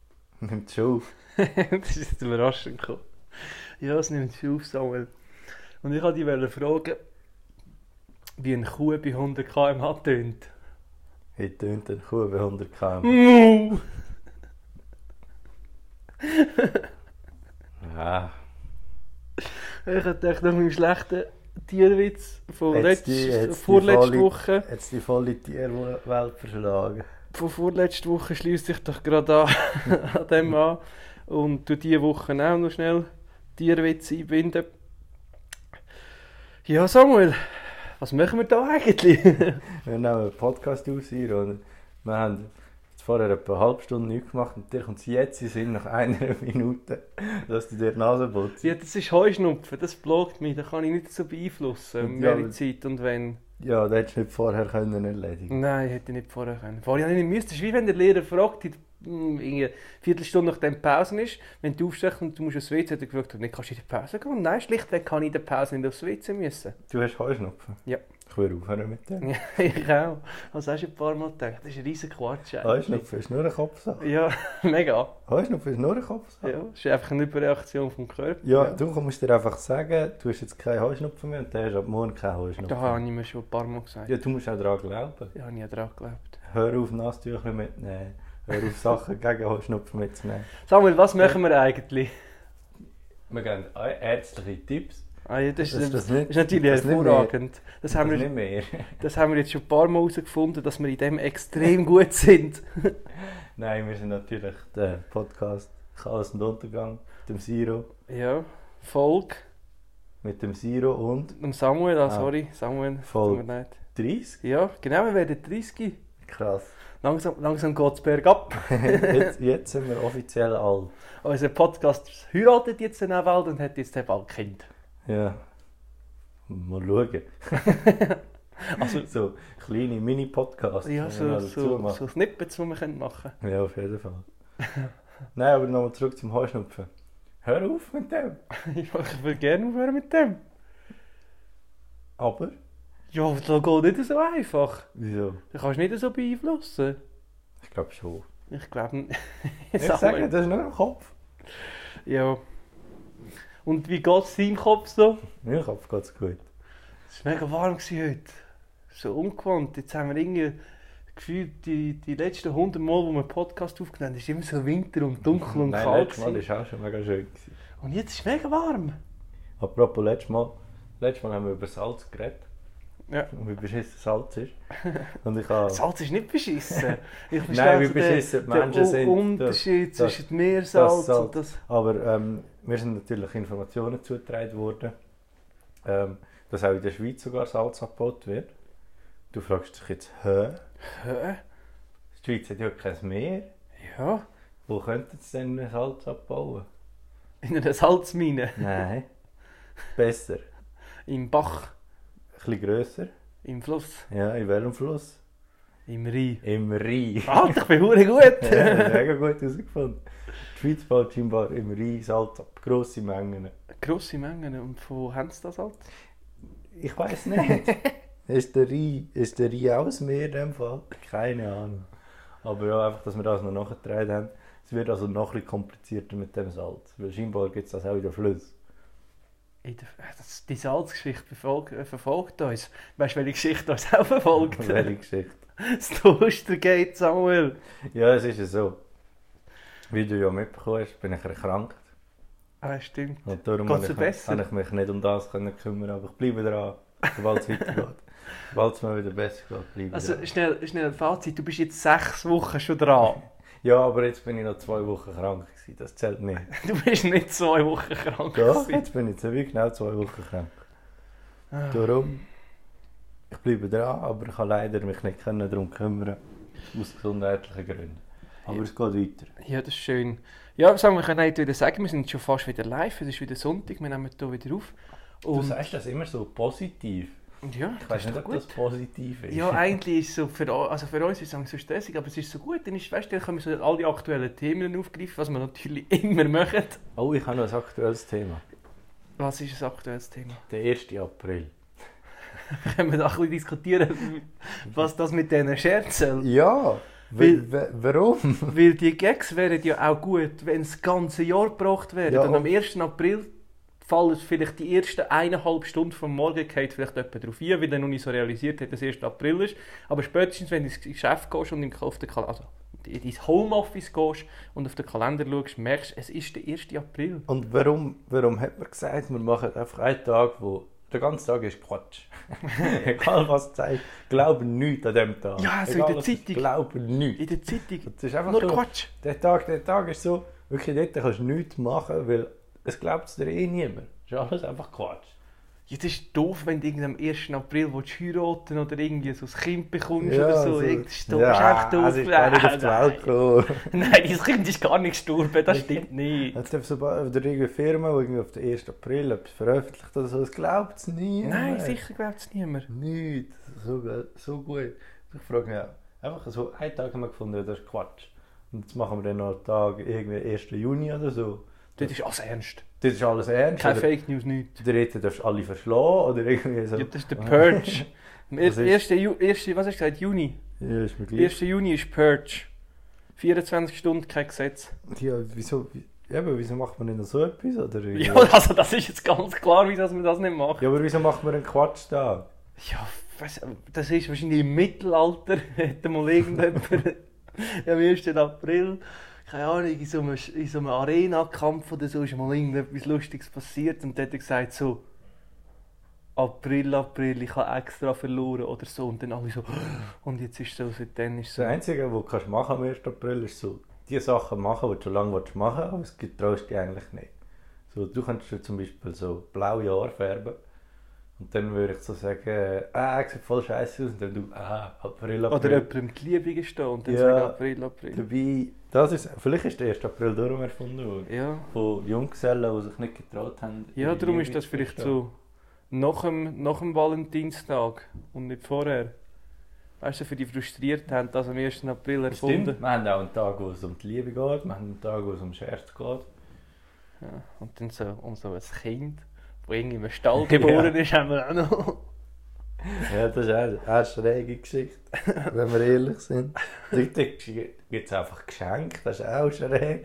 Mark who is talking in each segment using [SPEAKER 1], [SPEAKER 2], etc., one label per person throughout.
[SPEAKER 1] Nimmt schon auf.
[SPEAKER 2] das ist überraschend gekommen. Ja, es nimmt viel auf, Samuel. Und ich wollte dich fragen, wie eine Kuh bei 100 km/h tönt.
[SPEAKER 1] Heute tönt eine Kuh bei 100
[SPEAKER 2] Hmm.
[SPEAKER 1] km. Mm.
[SPEAKER 2] Mu!
[SPEAKER 1] Ja.
[SPEAKER 2] Ich habe gedacht, nach meinem schlechten Tierwitz von
[SPEAKER 1] Jetzt
[SPEAKER 2] letzt,
[SPEAKER 1] die- jetzt die
[SPEAKER 2] vorletzter
[SPEAKER 1] volle-
[SPEAKER 2] Woche.
[SPEAKER 1] Jetzt die volle Tierwelt verschlagen.
[SPEAKER 2] Von vorletzter Woche schließt sich doch gerade an, an dem an. Und du diese Woche auch noch schnell Tierwitze einbinden. Ja, Samuel, was machen wir da eigentlich?
[SPEAKER 1] Wir nehmen einen nou Podcast aus hier und wir haben jetzt vorher etwa eine halbe Stunde nichts gemacht und dir kommt es jetzt in den Sinn, nach einer Minute, dass du dir die Nase putzt.
[SPEAKER 2] ja, das ist Heuschnupfen, das blockt mich, da kann ich nicht so beeinflussen,
[SPEAKER 1] Ja,
[SPEAKER 2] welche
[SPEAKER 1] aber-
[SPEAKER 2] Zeit und wenn.
[SPEAKER 1] Ja, das hättest du nicht vorher können erledigen
[SPEAKER 2] Nein, hätte ich nicht vorher können. Vorher hätte ich nicht müssen. Das ist wie wenn der Lehrer fragt, in mh, in einer Viertelstunde nachdem die Pause ist, wenn du aufstehst und du musst aufs WC, hat er gefragt, nicht kannst du in die Pause gehen? Nein, schlichtweg kann ich in der Pause nicht aufs WC müssen.
[SPEAKER 1] Du hast Heuschnupfen?
[SPEAKER 2] Ja.
[SPEAKER 1] Ich will aufhören mit dem.
[SPEAKER 2] Ja, ich auch. Also, Hast du auch schon ein paar Mal gedacht. Das ist ein riesen Quatsch eigentlich.
[SPEAKER 1] Heuschnupfen ist nur eine Kopfsache.
[SPEAKER 2] Ja, mega.
[SPEAKER 1] Heuschnupfen ist nur eine Kopfsache.
[SPEAKER 2] Ja, das ist einfach eine Überreaktion vom Körper.
[SPEAKER 1] Ja, du musst dir einfach sagen, du hast jetzt keinen Heuschnupfen mehr und der ist ab morgen kein Heuschnupfen.
[SPEAKER 2] Da habe ich mir schon ein paar Mal gesagt. Ja,
[SPEAKER 1] Ja, du musst auch daran glauben.
[SPEAKER 2] ich habe nie daran geglaubt.
[SPEAKER 1] Hör auf, Nasstücher mitnehmen. Hör auf, Sachen gegen Heuschnupfen mitzunehmen.
[SPEAKER 2] Samuel, was machen wir eigentlich?
[SPEAKER 1] Wir geben ärztliche Tipps.
[SPEAKER 2] Ah, ja, das,
[SPEAKER 1] Das
[SPEAKER 2] ist,
[SPEAKER 1] ist das
[SPEAKER 2] das
[SPEAKER 1] nicht-
[SPEAKER 2] ist natürlich
[SPEAKER 1] das ist nicht
[SPEAKER 2] hervorragend. Das haben
[SPEAKER 1] Das
[SPEAKER 2] wir
[SPEAKER 1] nicht mehr.
[SPEAKER 2] Das haben wir jetzt schon ein paar Mal herausgefunden, dass wir in dem extrem gut sind.
[SPEAKER 1] Nein, wir sind natürlich der Podcast Chaos und Untergang mit dem Siro.
[SPEAKER 2] Ja, Volk,
[SPEAKER 1] Mit dem Siro und
[SPEAKER 2] dem Samuel, ah,
[SPEAKER 1] Ah.
[SPEAKER 2] sorry, Samuel,
[SPEAKER 1] Volk.
[SPEAKER 2] tut mir leid.
[SPEAKER 1] 30.
[SPEAKER 2] Ja, genau, wir werden 30.
[SPEAKER 1] Krass.
[SPEAKER 2] Langsam, langsam geht es bergab.
[SPEAKER 1] jetzt, jetzt sind wir offiziell alt.
[SPEAKER 2] Unser Podcast heiratet jetzt den Anwalt und hat jetzt bald Kind.
[SPEAKER 1] Ja. Mal schauen. also so kleine Mini-Podcasts.
[SPEAKER 2] Ja,
[SPEAKER 1] die wir
[SPEAKER 2] so,
[SPEAKER 1] noch dazu
[SPEAKER 2] so,
[SPEAKER 1] machen.
[SPEAKER 2] so Snippets, die wir können machen
[SPEAKER 1] Ja, auf jeden Fall. Nein, aber nochmal zurück zum Heuschnupfen. Hör auf mit dem.
[SPEAKER 2] können. Ich würde gerne aufhören mit dem.
[SPEAKER 1] Aber?
[SPEAKER 2] Ja, das geht nicht so einfach.
[SPEAKER 1] Wieso?
[SPEAKER 2] Du kannst nicht so beeinflussen.
[SPEAKER 1] Ich glaube schon.
[SPEAKER 2] Ich glaube nicht.
[SPEAKER 1] Ich sage, das ist nur im Kopf.
[SPEAKER 2] Ja. Und wie geht es deinem Kopf so?
[SPEAKER 1] In meinem Kopf geht es gut.
[SPEAKER 2] Es war mega warm gewesen heute. So ungewohnt. Jetzt haben wir irgendwie gefühlt, die, die letzten 100 Mal, wo wir einen Podcast aufgenommen haben, ist immer so Winter und dunkel und
[SPEAKER 1] Nein,
[SPEAKER 2] kalt.
[SPEAKER 1] letztes Mal
[SPEAKER 2] gewesen.
[SPEAKER 1] war auch schon mega schön. Gewesen.
[SPEAKER 2] Und jetzt ist es mega warm.
[SPEAKER 1] Apropos letztes Mal. Letztes Mal haben wir über Salz geredet.
[SPEAKER 2] Ja.
[SPEAKER 1] Und wie beschissen Salz ist. Und ich habe...
[SPEAKER 2] Salz ist nicht beschissen. Ich verstehe
[SPEAKER 1] Nein, wie
[SPEAKER 2] also den-
[SPEAKER 1] beschissen die
[SPEAKER 2] den
[SPEAKER 1] Menschen sind.
[SPEAKER 2] Un- Unterschied
[SPEAKER 1] Das- das-
[SPEAKER 2] zwischen Meersalz
[SPEAKER 1] das
[SPEAKER 2] und das.
[SPEAKER 1] Aber ähm, mir sind natürlich Informationen zugetragen worden, ähm, dass auch in der Schweiz sogar Salz abgebaut wird. Du fragst dich jetzt, hä?
[SPEAKER 2] Hä?
[SPEAKER 1] Die Schweiz hat ja kein Meer.
[SPEAKER 2] Ja,
[SPEAKER 1] Wo könnten sie denn Salz abbauen?
[SPEAKER 2] in einer Salzmine.
[SPEAKER 1] Nein. Besser. Ein
[SPEAKER 2] Im Bach,
[SPEAKER 1] bisschen grösser.
[SPEAKER 2] im Fluss,
[SPEAKER 1] Ja, in welchem Fluss?
[SPEAKER 2] im Rhein.
[SPEAKER 1] Im Rhein.
[SPEAKER 2] Alter, ich bin hure gut!
[SPEAKER 1] ja, das ist mega gut herausgefunden. Die Schweiz baut scheinbar im Rhein Salz ab. Grosse Mengen.
[SPEAKER 2] Grosse Mengen. Und von haben sie das Salz?
[SPEAKER 1] Ich weiß nicht. ist, der Rhein, ist der Rhein aus Meer in dem Fall? Keine Ahnung. Aber ja, einfach, dass wir das noch nachgetragen haben. Es wird also noch ein bisschen komplizierter mit dem Salz. Weil scheinbar gibt es das auch in den Flüssen.
[SPEAKER 2] In der, äh, das, die Salzgeschichte verfolgt, äh, verfolgt uns. Weißt du, welche Geschichte uns auch verfolgt?
[SPEAKER 1] Welche Geschichte.
[SPEAKER 2] das Toastergate, Samuel.
[SPEAKER 1] Ja, es ist ja so. Wie du ja mitbekommen hast, bin ich erkrankt.
[SPEAKER 2] Ah, stimmt.
[SPEAKER 1] Und darum
[SPEAKER 2] Geht's
[SPEAKER 1] habe ich,
[SPEAKER 2] dir besser?
[SPEAKER 1] habe ich mich nicht um das können kümmern aber ich bleibe dran, sobald es weitergeht. Sobald es mir wieder besser geht, bleibe ich
[SPEAKER 2] Also
[SPEAKER 1] dran.
[SPEAKER 2] schnell, schnell Fazit, du bist jetzt sechs Wochen schon dran.
[SPEAKER 1] Ja, aber jetzt bin ich noch zwei Wochen krank gewesen, das zählt nicht.
[SPEAKER 2] Du bist nicht zwei Wochen krank.
[SPEAKER 1] Doch,
[SPEAKER 2] gewesen.
[SPEAKER 1] jetzt bin ich so wie genau zwei Wochen krank.
[SPEAKER 2] Ah.
[SPEAKER 1] Darum, ich bleibe dran, aber ich kann leider mich nicht können darum kümmern, aus gesundheitlichen Gründen. Aber es geht weiter.
[SPEAKER 2] Ja, das ist schön. Ja, Samuel, wir können heute wieder sagen, wir sind schon fast wieder live. Es ist wieder Sonntag, wir nehmen hier wieder auf.
[SPEAKER 1] Du
[SPEAKER 2] Und,
[SPEAKER 1] sagst das immer so positiv.
[SPEAKER 2] und ja,
[SPEAKER 1] Ich
[SPEAKER 2] das
[SPEAKER 1] weiß
[SPEAKER 2] ist
[SPEAKER 1] nicht,
[SPEAKER 2] doch
[SPEAKER 1] ob
[SPEAKER 2] gut.
[SPEAKER 1] das positiv ist.
[SPEAKER 2] Ja, eigentlich ist es so für, also für uns ist es so stressig, aber es ist so gut. Dann ist, weißt du, dann können wir so alle aktuellen Themen aufgreifen, was wir natürlich immer machen.
[SPEAKER 1] Oh, ich habe noch ein aktuelles Thema.
[SPEAKER 2] Was ist ein aktuelles Thema?
[SPEAKER 1] Der 1. April.
[SPEAKER 2] Können wir da ein bisschen diskutieren, was das mit diesen Scherzen?
[SPEAKER 1] Ja,
[SPEAKER 2] Weil-
[SPEAKER 1] Weil, wa- warum?
[SPEAKER 2] Weil die Gags wären ja auch gut, wenn das ganze Jahr gebracht wäre.
[SPEAKER 1] Ja,
[SPEAKER 2] und am
[SPEAKER 1] und-
[SPEAKER 2] 1. April fallen vielleicht die ersten eineinhalb Stunden vom Morgen geht vielleicht jemand drauf ein, weil er noch nicht so realisiert hat, dass 1. April ist. Aber spätestens, wenn du ins Geschäft gehst und im- auf den Kal- also in dein Homeoffice gehst und auf den Kalender schaust, merkst du, es ist der 1. April.
[SPEAKER 1] Und warum, warum hat man gesagt, wir machen einfach einen Tag, wo der ganze Tag ist Quatsch. Egal was du sagst, glauben nichts an dem Tag.
[SPEAKER 2] Ja, so in
[SPEAKER 1] Egal,
[SPEAKER 2] der
[SPEAKER 1] was du-
[SPEAKER 2] Zeitung.
[SPEAKER 1] Glauben nichts.
[SPEAKER 2] In der Zeitung.
[SPEAKER 1] Das ist einfach
[SPEAKER 2] Nur
[SPEAKER 1] so.
[SPEAKER 2] Quatsch.
[SPEAKER 1] Der Tag, der Tag ist so, wirklich dort kannst du nichts machen, weil es glaubt dir eh niemand. Das ist alles einfach Quatsch.
[SPEAKER 2] Jetzt ist es doof, wenn du irgendwie am 1. April willst heiraten oder irgendwie so ein Kind bekommst oder so.
[SPEAKER 1] so-
[SPEAKER 2] Irgend- Das ist doof.
[SPEAKER 1] also, ja,
[SPEAKER 2] ist einfach doof.
[SPEAKER 1] also ich kann nicht auf die
[SPEAKER 2] Nein.
[SPEAKER 1] Welt gekommen.
[SPEAKER 2] Nein, dein Kind ist gar nicht gestorben, das stimmt nicht.
[SPEAKER 1] Jetzt darf so bei- oder irgendeine Firma, die irgendwie auf den 1. April etwas veröffentlicht oder so, das glaubt es nie.
[SPEAKER 2] Nein, sicher glaubt es niemand.
[SPEAKER 1] Nicht. So, ge- so gut. Ich frage mich auch. Einfach so, einen Tag haben wir gefunden, das ist Quatsch. Und jetzt machen wir dann noch einen Tag, irgendwie 1. Juni oder so.
[SPEAKER 2] Das ist alles ernst.
[SPEAKER 1] Das ist alles ernst.
[SPEAKER 2] Keine
[SPEAKER 1] oder,
[SPEAKER 2] Fake News, nichts.
[SPEAKER 1] oder jetzt darfst du alle verschlagen oder irgendwie so.
[SPEAKER 2] Ja, das ist der Purge. Am
[SPEAKER 1] Was Also, ist-
[SPEAKER 2] 1. Ju 1. was hast du gesagt? Juni.
[SPEAKER 1] Ja, ist mir gleich.
[SPEAKER 2] 1. Juni ist Purge. 24 Stunden kein Gesetz.
[SPEAKER 1] Ja, wieso, wie- eben, wieso macht man nicht noch so etwas? Oder irgendwie?
[SPEAKER 2] Ja, also das ist jetzt ganz klar, wieso man das nicht macht.
[SPEAKER 1] ja, aber wieso macht man einen Quatschtag?
[SPEAKER 2] Ja, was, das ist wahrscheinlich im Mittelalter, hätte mal irgendjemand am 1. April, keine Ahnung, in so einem, in so einem Arena-Kampf oder so ist mal irgendetwas Lustiges passiert und dann hat er gesagt so, April, April, ich habe extra verloren oder so und dann alle so, und jetzt ist so, seitdem ist so.
[SPEAKER 1] Das Einzige, was du kannst machen am 1. April ist so die Sachen machen, die du schon lange willst machen aber es gibt traust dich eigentlich nicht. So, du kannst dir zum Beispiel so blaue Haare färben und dann würde ich so sagen, äh, ah, ich sehe voll scheiße aus und dann du, ah, April,
[SPEAKER 2] Oder
[SPEAKER 1] April.
[SPEAKER 2] jemandem die Liebe gestehen und dann
[SPEAKER 1] Ja.
[SPEAKER 2] sagen April, April.
[SPEAKER 1] Dabei, das ist, vielleicht ist der 1. April darum erfunden worden.
[SPEAKER 2] Ja,
[SPEAKER 1] Von Junggesellen, die sich nicht getraut haben.
[SPEAKER 2] ja
[SPEAKER 1] ihre
[SPEAKER 2] darum
[SPEAKER 1] Liebe
[SPEAKER 2] ist das
[SPEAKER 1] zu
[SPEAKER 2] vielleicht
[SPEAKER 1] verstehen.
[SPEAKER 2] so nach dem, nach dem Valentinstag und nicht vorher. Weißt du, für die frustriert haben, das am 1. April erfunden.
[SPEAKER 1] Stimmt, wir haben auch einen Tag, wo es um die Liebe geht, wir haben einen Tag, wo es um Scherz geht.
[SPEAKER 2] Ja. Und dann so, um so ein Kind, das irgendwie im Stall geboren ist, haben wir auch noch.
[SPEAKER 1] Ja, das ist auch auch eine schräge Geschichte, wenn wir ehrlich sind. Dort gibt es einfach Geschenke, das ist auch schräg.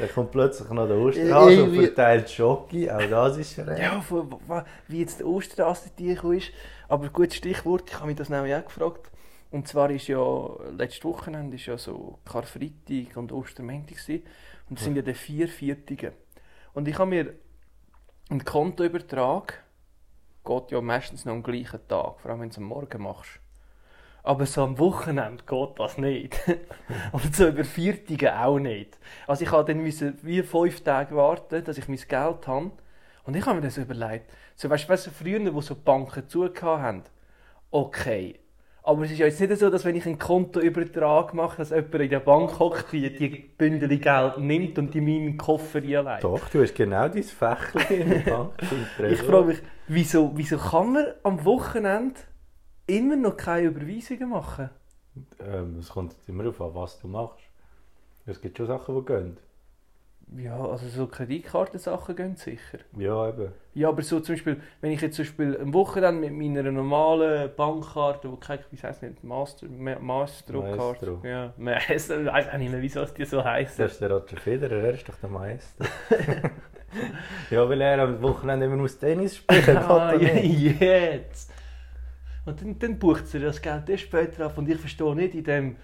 [SPEAKER 1] Dann kommt plötzlich noch der Osterhase und
[SPEAKER 2] Irgendwie-
[SPEAKER 1] verteilt Schoki, auch das ist schräg.
[SPEAKER 2] Ja, von, wa- wie jetzt der Osterhase dir gekommen ist. Aber gutes Stichwort, ich habe mich das nämlich auch gefragt. Und zwar ist ja, letztes Wochenende ist ja so Karfreitag und Ostermäntig gewesen. Und das sind ja die vier Viertigen. Und ich habe mir einen Kontoübertrag, geht ja meistens noch am gleichen Tag, vor allem wenn du es am Morgen machst. Aber so am Wochenende geht das nicht. Und so über Viertigen auch nicht. Also ich musste dann müssen wie fünf Tage warten, dass ich mein Geld habe. Und ich habe mir das so überlegt. So, weißt du, weißt du, früher, wo so die Banken zugehört haben, okay. Aber es ist ja jetzt nicht so, dass wenn ich einen Kontoübertrag mache, dass jemand in der Bank hockt, die, die Bündel Geld nimmt und in meinen Koffer reinlegt.
[SPEAKER 1] Doch, du hast genau dein Fächchen nou in der Bank.
[SPEAKER 2] Ich frage mich, wieso, wieso kann man am Wochenende immer noch keine Überweisungen machen?
[SPEAKER 1] Ähm, es kommt jetzt immer darauf an, was du machst. Es gibt schon Sachen, die gehen.
[SPEAKER 2] Ja, also so Kreditkartensachen gehen sicher.
[SPEAKER 1] Ja, eben.
[SPEAKER 2] Ja, aber so zum Beispiel, wenn ich jetzt zum Beispiel am Wochenende mit meiner normalen Bankkarte, wo kein, wie heisst nicht, Master, Ma- Maestro-Karte,
[SPEAKER 1] Maestro.
[SPEAKER 2] ja, Maestro, ich weiß auch nicht mehr, wieso es die so heisst.
[SPEAKER 1] Das ist der Roger Federer, er ist doch der Meister. ja, weil er am Wochenende immer muss Tennis spielen
[SPEAKER 2] Ah,
[SPEAKER 1] geht er nicht.
[SPEAKER 2] jetzt! Und dann, dann bucht sie das Geld erst später ab und ich verstehe nicht in dem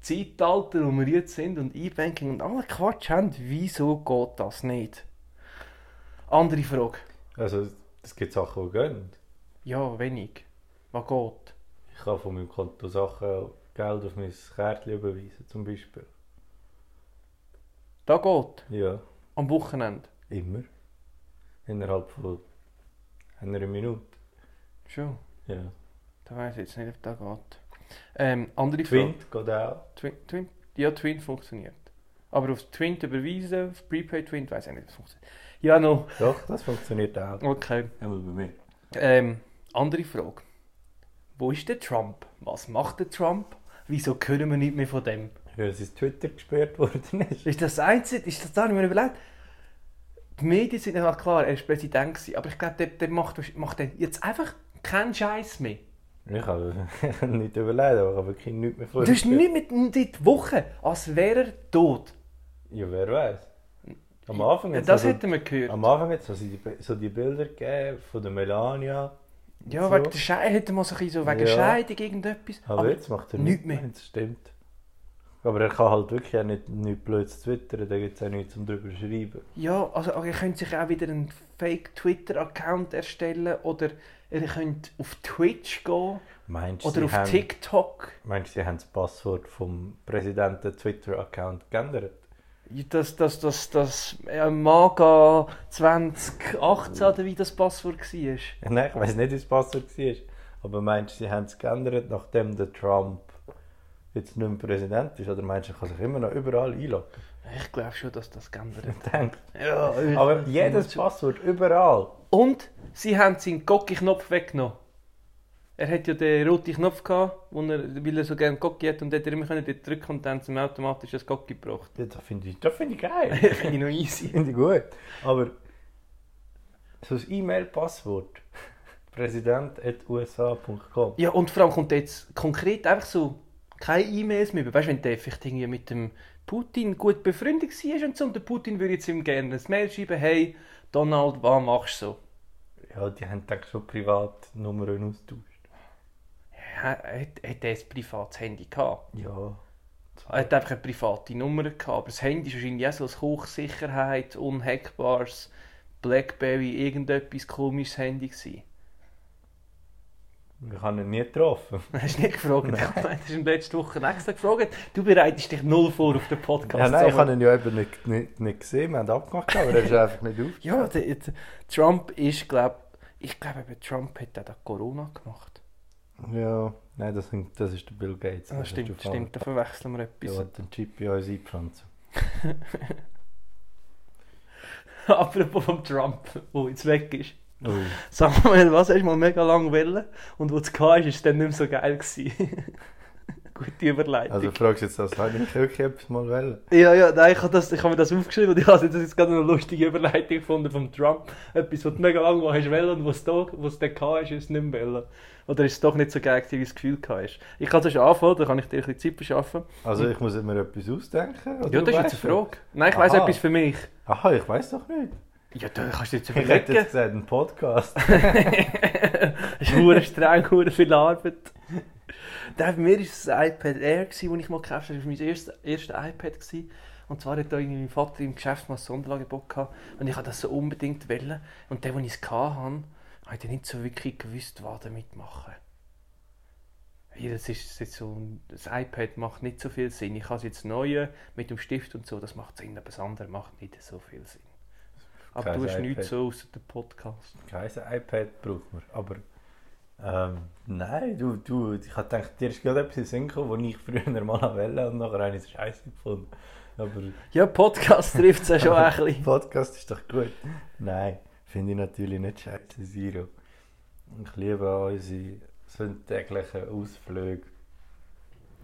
[SPEAKER 2] Zeitalter, wo wir jetzt sind und E-Banking und alle Quatsch haben, wieso geht das nicht? Andere Frage.
[SPEAKER 1] Also, es gibt Sachen, die gehen.
[SPEAKER 2] Ja, wenig. Was geht?
[SPEAKER 1] Ich kann von meinem Konto Sachen, Geld auf mein Kärtchen überweisen, zum Beispiel.
[SPEAKER 2] Da geht.
[SPEAKER 1] Ja,
[SPEAKER 2] Am Wochenende.
[SPEAKER 1] immer. Innerhalb von einer Minute.
[SPEAKER 2] Schon.
[SPEAKER 1] Ja.
[SPEAKER 2] Da weiß ich jetzt nicht, ob da geht. Ähm, andere Frage.
[SPEAKER 1] Twint geht auch.
[SPEAKER 2] Twin, Twin, ja, Twin funktioniert. Aber auf Twin überweisen, auf Prepaid Twin, weiß ich nicht, ob es funktioniert. Ja, no.
[SPEAKER 1] Doch, das funktioniert auch.
[SPEAKER 2] Okay.
[SPEAKER 1] Einmal bei mir.
[SPEAKER 2] Ähm, andere Frage. Wo ist der Trump? Was macht der Trump? Wieso hören wir nicht mehr von dem?
[SPEAKER 1] Weil sein Twitter gesperrt worden ist.
[SPEAKER 2] Ist das das Einzige? Ist das da nicht mehr überlegt? Die Medien sind ja klar, er war Präsident, gewesen, aber ich glaube, der, der macht, macht der jetzt einfach keinen Scheiß mehr.
[SPEAKER 1] Ich kann ich kann nicht überlegen, aber ich kann wirklich nichts mehr
[SPEAKER 2] Du hast nicht mit ihm die Woche, als wäre er tot.
[SPEAKER 1] Ja, wer weiß. Am Anfang
[SPEAKER 2] Ja,
[SPEAKER 1] jetzt
[SPEAKER 2] das
[SPEAKER 1] also-
[SPEAKER 2] hätten wir gehört.
[SPEAKER 1] Am Anfang jetzt, als die, so die Bilder gegeben von der Melania.
[SPEAKER 2] ja,
[SPEAKER 1] so.
[SPEAKER 2] wegen der Scheidung hätten wir so ein bisschen so wegen
[SPEAKER 1] Ja.
[SPEAKER 2] Scheidung irgendetwas.
[SPEAKER 1] Aber, jetzt macht er
[SPEAKER 2] nichts
[SPEAKER 1] nichts
[SPEAKER 2] mehr.
[SPEAKER 1] mehr. Das stimmt. Aber er kann halt wirklich auch nicht, nicht blöds twittern, da gibt es auch nichts zum drüber schreiben.
[SPEAKER 2] Ja, also aber ihr könnt sich auch wieder einen Fake Twitter-Account erstellen oder ihr könnt auf Twitch gehen
[SPEAKER 1] Meinst du,
[SPEAKER 2] oder
[SPEAKER 1] sie
[SPEAKER 2] auf
[SPEAKER 1] haben-
[SPEAKER 2] TikTok.
[SPEAKER 1] Meinst du, sie haben das Passwort vom Präsidenten Twitter-Account geändert?
[SPEAKER 2] Das, das, das, das äh, Maga 2018 oder wie das Passwort war.
[SPEAKER 1] Ja, Nein, ich weiß nicht, wie das Passwort war. Aber meinst du, sie haben es geändert, nachdem der Trump jetzt nicht mehr Präsident ist? Oder meinst du, er kann sich immer noch überall einloggen?
[SPEAKER 2] Ich glaube schon, dass das geändert
[SPEAKER 1] Ich denke.
[SPEAKER 2] Ja, ich-
[SPEAKER 1] Aber jedes Passwort, überall.
[SPEAKER 2] Und sie haben seinen Gocki-Knopf weggenommen. Er hat ja den roten Knopf gehabt, wo er, weil er so gerne Gocki hat und hat er immer können dort drücken und dann zum automatisch das Gocki gebracht.
[SPEAKER 1] Ja, Das finde ich, das finde ich geil.
[SPEAKER 2] Finde ich noch easy.
[SPEAKER 1] Finde ich gut. Aber so ein E-Mail-Passwort. Präsident.usa.com.
[SPEAKER 2] Ja, und vor allem kommt jetzt konkret einfach so keine E-Mails mehr. Weißt du, wenn der vielleicht irgendwie mit dem Putin gut befreundet war und so, und der Putin würde jetzt ihm gerne ein Mail schreiben, hey, Donald, was machst du so?
[SPEAKER 1] Ja, die haben dann schon privat Nummern austauscht.
[SPEAKER 2] Ha- Hat, hat er ein privates Handy gehabt?
[SPEAKER 1] Ja.
[SPEAKER 2] Er hat einfach eine private Nummer gehabt, aber das Handy ist wahrscheinlich auch so als Hochsicherheit, unhackbares, Blackberry, irgendetwas komisches Handy gewesen.
[SPEAKER 1] Ich habe ihn nie getroffen.
[SPEAKER 2] Hast du nicht gefragt? Ich meine, das ist letzte Woche extra gefragt. Du bereitest dich null vor auf den Podcast.
[SPEAKER 1] Ja, nein, ich
[SPEAKER 2] aber-
[SPEAKER 1] habe ihn ja eben nicht, nicht, nicht gesehen. Wir haben abgemacht, aber er ist einfach nicht auf.
[SPEAKER 2] Ja, der, der Trump ist, glaube ich, glaube eben Trump hat auch da Corona gemacht.
[SPEAKER 1] Ja, nein, das, sind- das ist der Bill Gates.
[SPEAKER 2] Ah,
[SPEAKER 1] das ist
[SPEAKER 2] stimmt,
[SPEAKER 1] der Fall.
[SPEAKER 2] stimmt, da verwechseln wir
[SPEAKER 1] Der
[SPEAKER 2] etwas.
[SPEAKER 1] hat den Chip bei uns eingepflanzt.
[SPEAKER 2] Apropos vom Trump, wo jetzt weg ist.
[SPEAKER 1] Ui.
[SPEAKER 2] Samuel, was hast du mal mega lang wollen und wo es kam, ist es dann nicht mehr so geil gewesen. Gute Überleitung.
[SPEAKER 1] Also fragst du jetzt, das habe ich wirklich etwas mal wollen?
[SPEAKER 2] ja, ja, nein, ich habe das- ich habe mir das aufgeschrieben und ich habe jetzt- jetzt gerade eine lustige Überleitung gefunden vom Trump. Etwas, was du mega lang hast wollen und was da- was dann kam, ist es nicht mehr wollen. Oder ist es doch nicht so geil gewesen, wie das Gefühl hast. Ich kann das anfangen, dann kann ich dir ein bisschen Zeit verschaffen.
[SPEAKER 1] Also ich muss mir etwas ausdenken? oder
[SPEAKER 2] Ja, das
[SPEAKER 1] du
[SPEAKER 2] ist jetzt
[SPEAKER 1] weißt
[SPEAKER 2] eine Frage. Nein, ich weiss
[SPEAKER 1] Aha.
[SPEAKER 2] etwas für mich.
[SPEAKER 1] es? Aha, ich weiß doch nicht.
[SPEAKER 2] Ja, da kannst du jetzt
[SPEAKER 1] Ich hätte
[SPEAKER 2] überlegen.
[SPEAKER 1] jetzt gesagt, ein Podcast.
[SPEAKER 2] Es ist hure streng, hure viel Arbeit. Da, bei mir war es ein iPad Air, das ich mal gekauft habe. Das war mein erstes, erstes iPad. Gewesen. Und zwar hat da irgendwie mein Vater im Geschäft mal ein Sonderangebot gehabt. Und ich wollte das so unbedingt. Wollen. Und der, wo ich es hatte, habe ich dann nicht so wirklich gewusst, was damit machen. Hier, das ist jetzt so, ein- das iPad macht nicht so viel Sinn. Ich habe es jetzt neue mit dem Stift und so, das macht Sinn, aber das andere macht nicht so viel Sinn. Aber
[SPEAKER 1] Kein
[SPEAKER 2] du hast
[SPEAKER 1] iPad.
[SPEAKER 2] nichts so außer dem Podcast.
[SPEAKER 1] Kein iPad braucht man, aber... Ähm, nein, du, du, ich habe gedacht, dir ist gerade etwas in den Sinn gekommen, das ich früher mal wollte und nachher habe ich es scheiße gefunden. Aber...
[SPEAKER 2] Ja, Podcast trifft es ja schon ein bisschen.
[SPEAKER 1] Podcast ist doch gut. Nein, finde ich natürlich nicht scheiße, Siro. Ich liebe auch unsere sonntäglichen Ausflüge.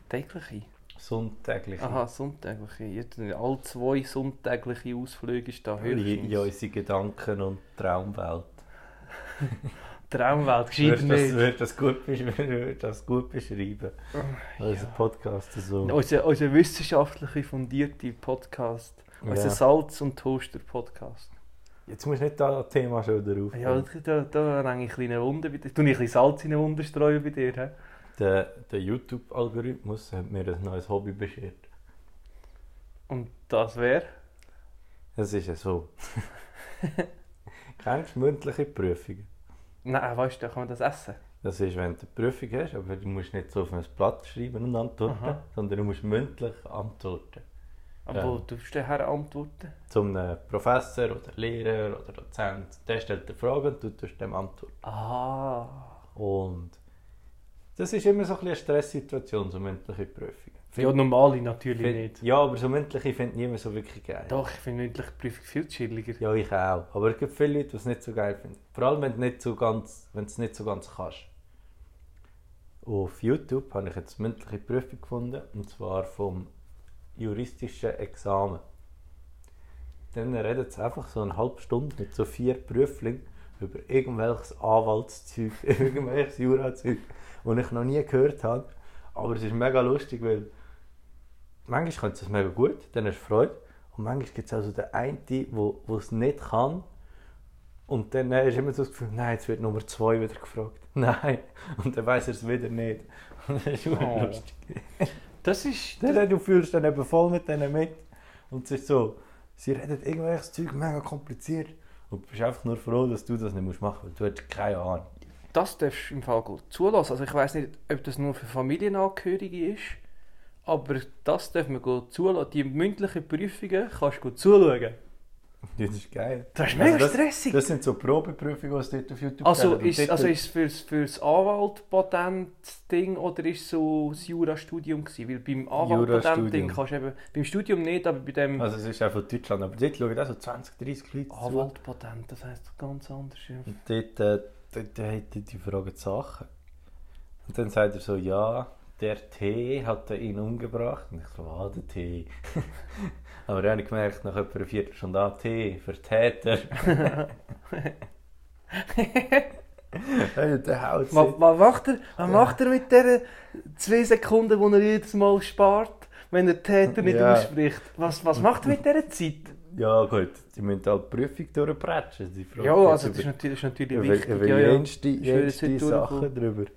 [SPEAKER 2] Tägliche?
[SPEAKER 1] Sonntägliche.
[SPEAKER 2] Aha, sonntägliche. Jetzt sind Alle zwei sonntägliche Ausflüge ist da höchstens.
[SPEAKER 1] in, in unsere Gedanken und Traumwelt.
[SPEAKER 2] Traumwelt,
[SPEAKER 1] Würdest
[SPEAKER 2] gescheit
[SPEAKER 1] das,
[SPEAKER 2] nicht.
[SPEAKER 1] würd das, gut besch- würd das gut beschreiben? Unser Podcast so.
[SPEAKER 2] Unser, unser wissenschaftlich fundierte Podcast. Unser
[SPEAKER 1] Ja.
[SPEAKER 2] Salz- und Toaster-Podcast.
[SPEAKER 1] Jetzt musst du nicht das Thema schon darauf.
[SPEAKER 2] Ja, da, da, da renne ich ein kleine Wunde bei dir. Tu ich ein bisschen Salz in eine Wunde streuen bei dir. He?
[SPEAKER 1] Der, der YouTube-Algorithmus hat mir ein neues Hobby beschert.
[SPEAKER 2] Und das wäre?
[SPEAKER 1] Das ist ja so. Kennst du mündliche Prüfungen?
[SPEAKER 2] Nein, weißt du, da kann man das essen.
[SPEAKER 1] Das ist, wenn du eine Prüfung hast, aber du musst nicht so auf ein Blatt schreiben und antworten,
[SPEAKER 2] Aha.
[SPEAKER 1] sondern du musst mündlich antworten.
[SPEAKER 2] Aber
[SPEAKER 1] Ja.
[SPEAKER 2] wo darfst du daher antworten?
[SPEAKER 1] Zum einem Professor oder Lehrer oder Dozent. Der stellt eine Frage und du tust dem antworten.
[SPEAKER 2] Ah.
[SPEAKER 1] Und das ist immer so ein bisschen eine Stresssituation, so mündliche Prüfungen.
[SPEAKER 2] Ja, normale natürlich
[SPEAKER 1] Find-
[SPEAKER 2] nicht.
[SPEAKER 1] Ja, aber so mündliche finde niemand so wirklich geil.
[SPEAKER 2] Doch, ich finde mündliche Prüfung viel chilliger.
[SPEAKER 1] Ja, ich auch. Aber es gibt viele Leute, die es nicht so geil finden. Vor allem, wenn du nicht so ganz, wenn du es nicht so ganz kannst. Auf YouTube habe ich jetzt eine mündliche Prüfung gefunden, und zwar vom juristischen Examen. Dann reden sie einfach so eine halbe Stunde mit so vier Prüflingen über irgendwelches Anwaltszeug, irgendwelches Jurazeug, das ich noch nie gehört habe. Aber es ist mega lustig, weil manchmal können sie es mega gut, dann hast du Freude. Und manchmal gibt es also den einen, der wo, wo es nicht kann. Und dann hast du immer so das Gefühl, nein, jetzt wird Nummer 2 wieder gefragt. Nein. Und dann weiß er es wieder nicht. Und das ist
[SPEAKER 2] Oh.
[SPEAKER 1] oh. lustig.
[SPEAKER 2] Das ist. Das,
[SPEAKER 1] Dann, du fühlst dann eben voll mit denen mit. Und es ist so, sie reden irgendwelches Zeug mega kompliziert. Und du bist einfach nur froh, dass du das nicht musst machen musst, weil du hast keine Ahnung.
[SPEAKER 2] das darfst du im Fall gut zulassen. Also ich weiß nicht, ob das nur für Familienangehörige ist, aber das darf man gut zulassen. Die mündlichen Prüfungen kannst du gut zuschauen.
[SPEAKER 1] Das ist geil.
[SPEAKER 2] Das ist mega
[SPEAKER 1] Also
[SPEAKER 2] stressig.
[SPEAKER 1] Das sind so Probeprüfungen, die es dort auf YouTube
[SPEAKER 2] also
[SPEAKER 1] geben. Und
[SPEAKER 2] ist
[SPEAKER 1] dort-
[SPEAKER 2] also ist es fürs fürs Anwaltpatent-Ding oder ist es so das Jurastudium gewesen? Weil beim
[SPEAKER 1] Jurastudium.
[SPEAKER 2] Anwaltpatent-Ding kannst du eben beim Studium nicht, aber bei dem
[SPEAKER 1] also es ist einfach Deutschland, aber dort schauen auch so 20, 30 Leute
[SPEAKER 2] Ah,
[SPEAKER 1] zu.
[SPEAKER 2] Anwaltpatent, das heisst ganz anders. ja.
[SPEAKER 1] Und dort, äh, dort hat er die Frage die Sachen. Und dann sagt er so, ja, der T hat ihn umgebracht. Und ich so, ah, der T. Aber dann habe ich gemerkt, nach etwa einer Viertelstunde, ah, T, für Täter. hey, der haut
[SPEAKER 2] Was, was, macht er, was macht er mit diesen zwei Sekunden, die er jedes Mal spart, wenn er die Täter nicht
[SPEAKER 1] Ja.
[SPEAKER 2] ausspricht? Was, was macht er mit dieser Zeit?
[SPEAKER 1] Ja gut, die müssen halt die Prüfung durchbrechen. Die Frage
[SPEAKER 2] Ja, also
[SPEAKER 1] über-
[SPEAKER 2] das ist natürlich, das ist natürlich
[SPEAKER 1] über,
[SPEAKER 2] wichtig.
[SPEAKER 1] über
[SPEAKER 2] ja, ja.
[SPEAKER 1] jenste,
[SPEAKER 2] Ich würde jetzt
[SPEAKER 1] jenste
[SPEAKER 2] heute
[SPEAKER 1] Sachen
[SPEAKER 2] durchkommen.
[SPEAKER 1] drüber.